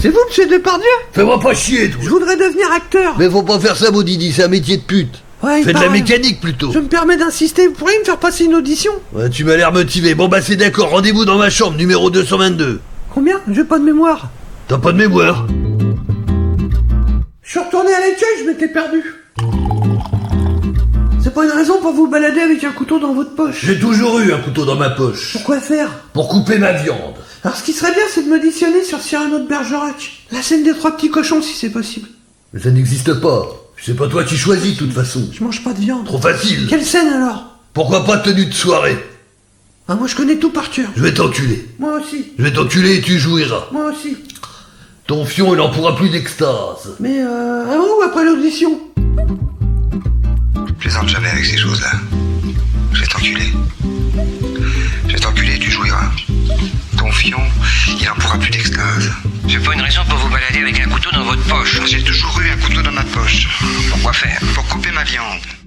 C'est vous, monsieur Depardieu Fais-moi pas chier, Je toi. voudrais devenir acteur Mais faut pas faire ça, mon Didi, c'est un métier de pute. Ouais, il Fais de la paraît. mécanique plutôt. Je me permets d'insister, vous pourriez me faire passer une audition Ouais, tu m'as l'air motivé. Bon bah c'est d'accord, rendez-vous dans ma chambre, numéro 222. Combien J'ai pas de mémoire. T'as pas de mémoire Je suis retourné à l'étude, je m'étais perdu. C'est pas une raison pour vous balader avec un couteau dans votre poche. J'ai toujours eu un couteau dans ma poche. Pourquoi faire Pour couper ma viande. Alors ce qui serait bien, c'est de m'auditionner sur Cyrano de Bergerac. La scène des trois petits cochons, si c'est possible. Mais ça n'existe pas. C'est pas toi qui choisis, de toute façon. Je mange pas de viande. Trop facile. Quelle scène alors Pourquoi pas tenue de soirée Ah, moi je connais tout par cœur. Je vais t'enculer. Moi aussi. Je vais t'enculer et tu jouiras. Moi aussi. Ton fion, il en pourra plus d'extase. Mais euh, avant ou après l'audition Je Plaisante jamais avec ces choses-là. Je vais t'enculer. Je vais t'enculer, tu jouiras. Ton fion, il en pourra plus d'extase. J'ai pas une raison pour vous balader avec un couteau dans votre poche. J'ai toujours eu un couteau dans ma poche. Pourquoi faire Pour couper ma viande.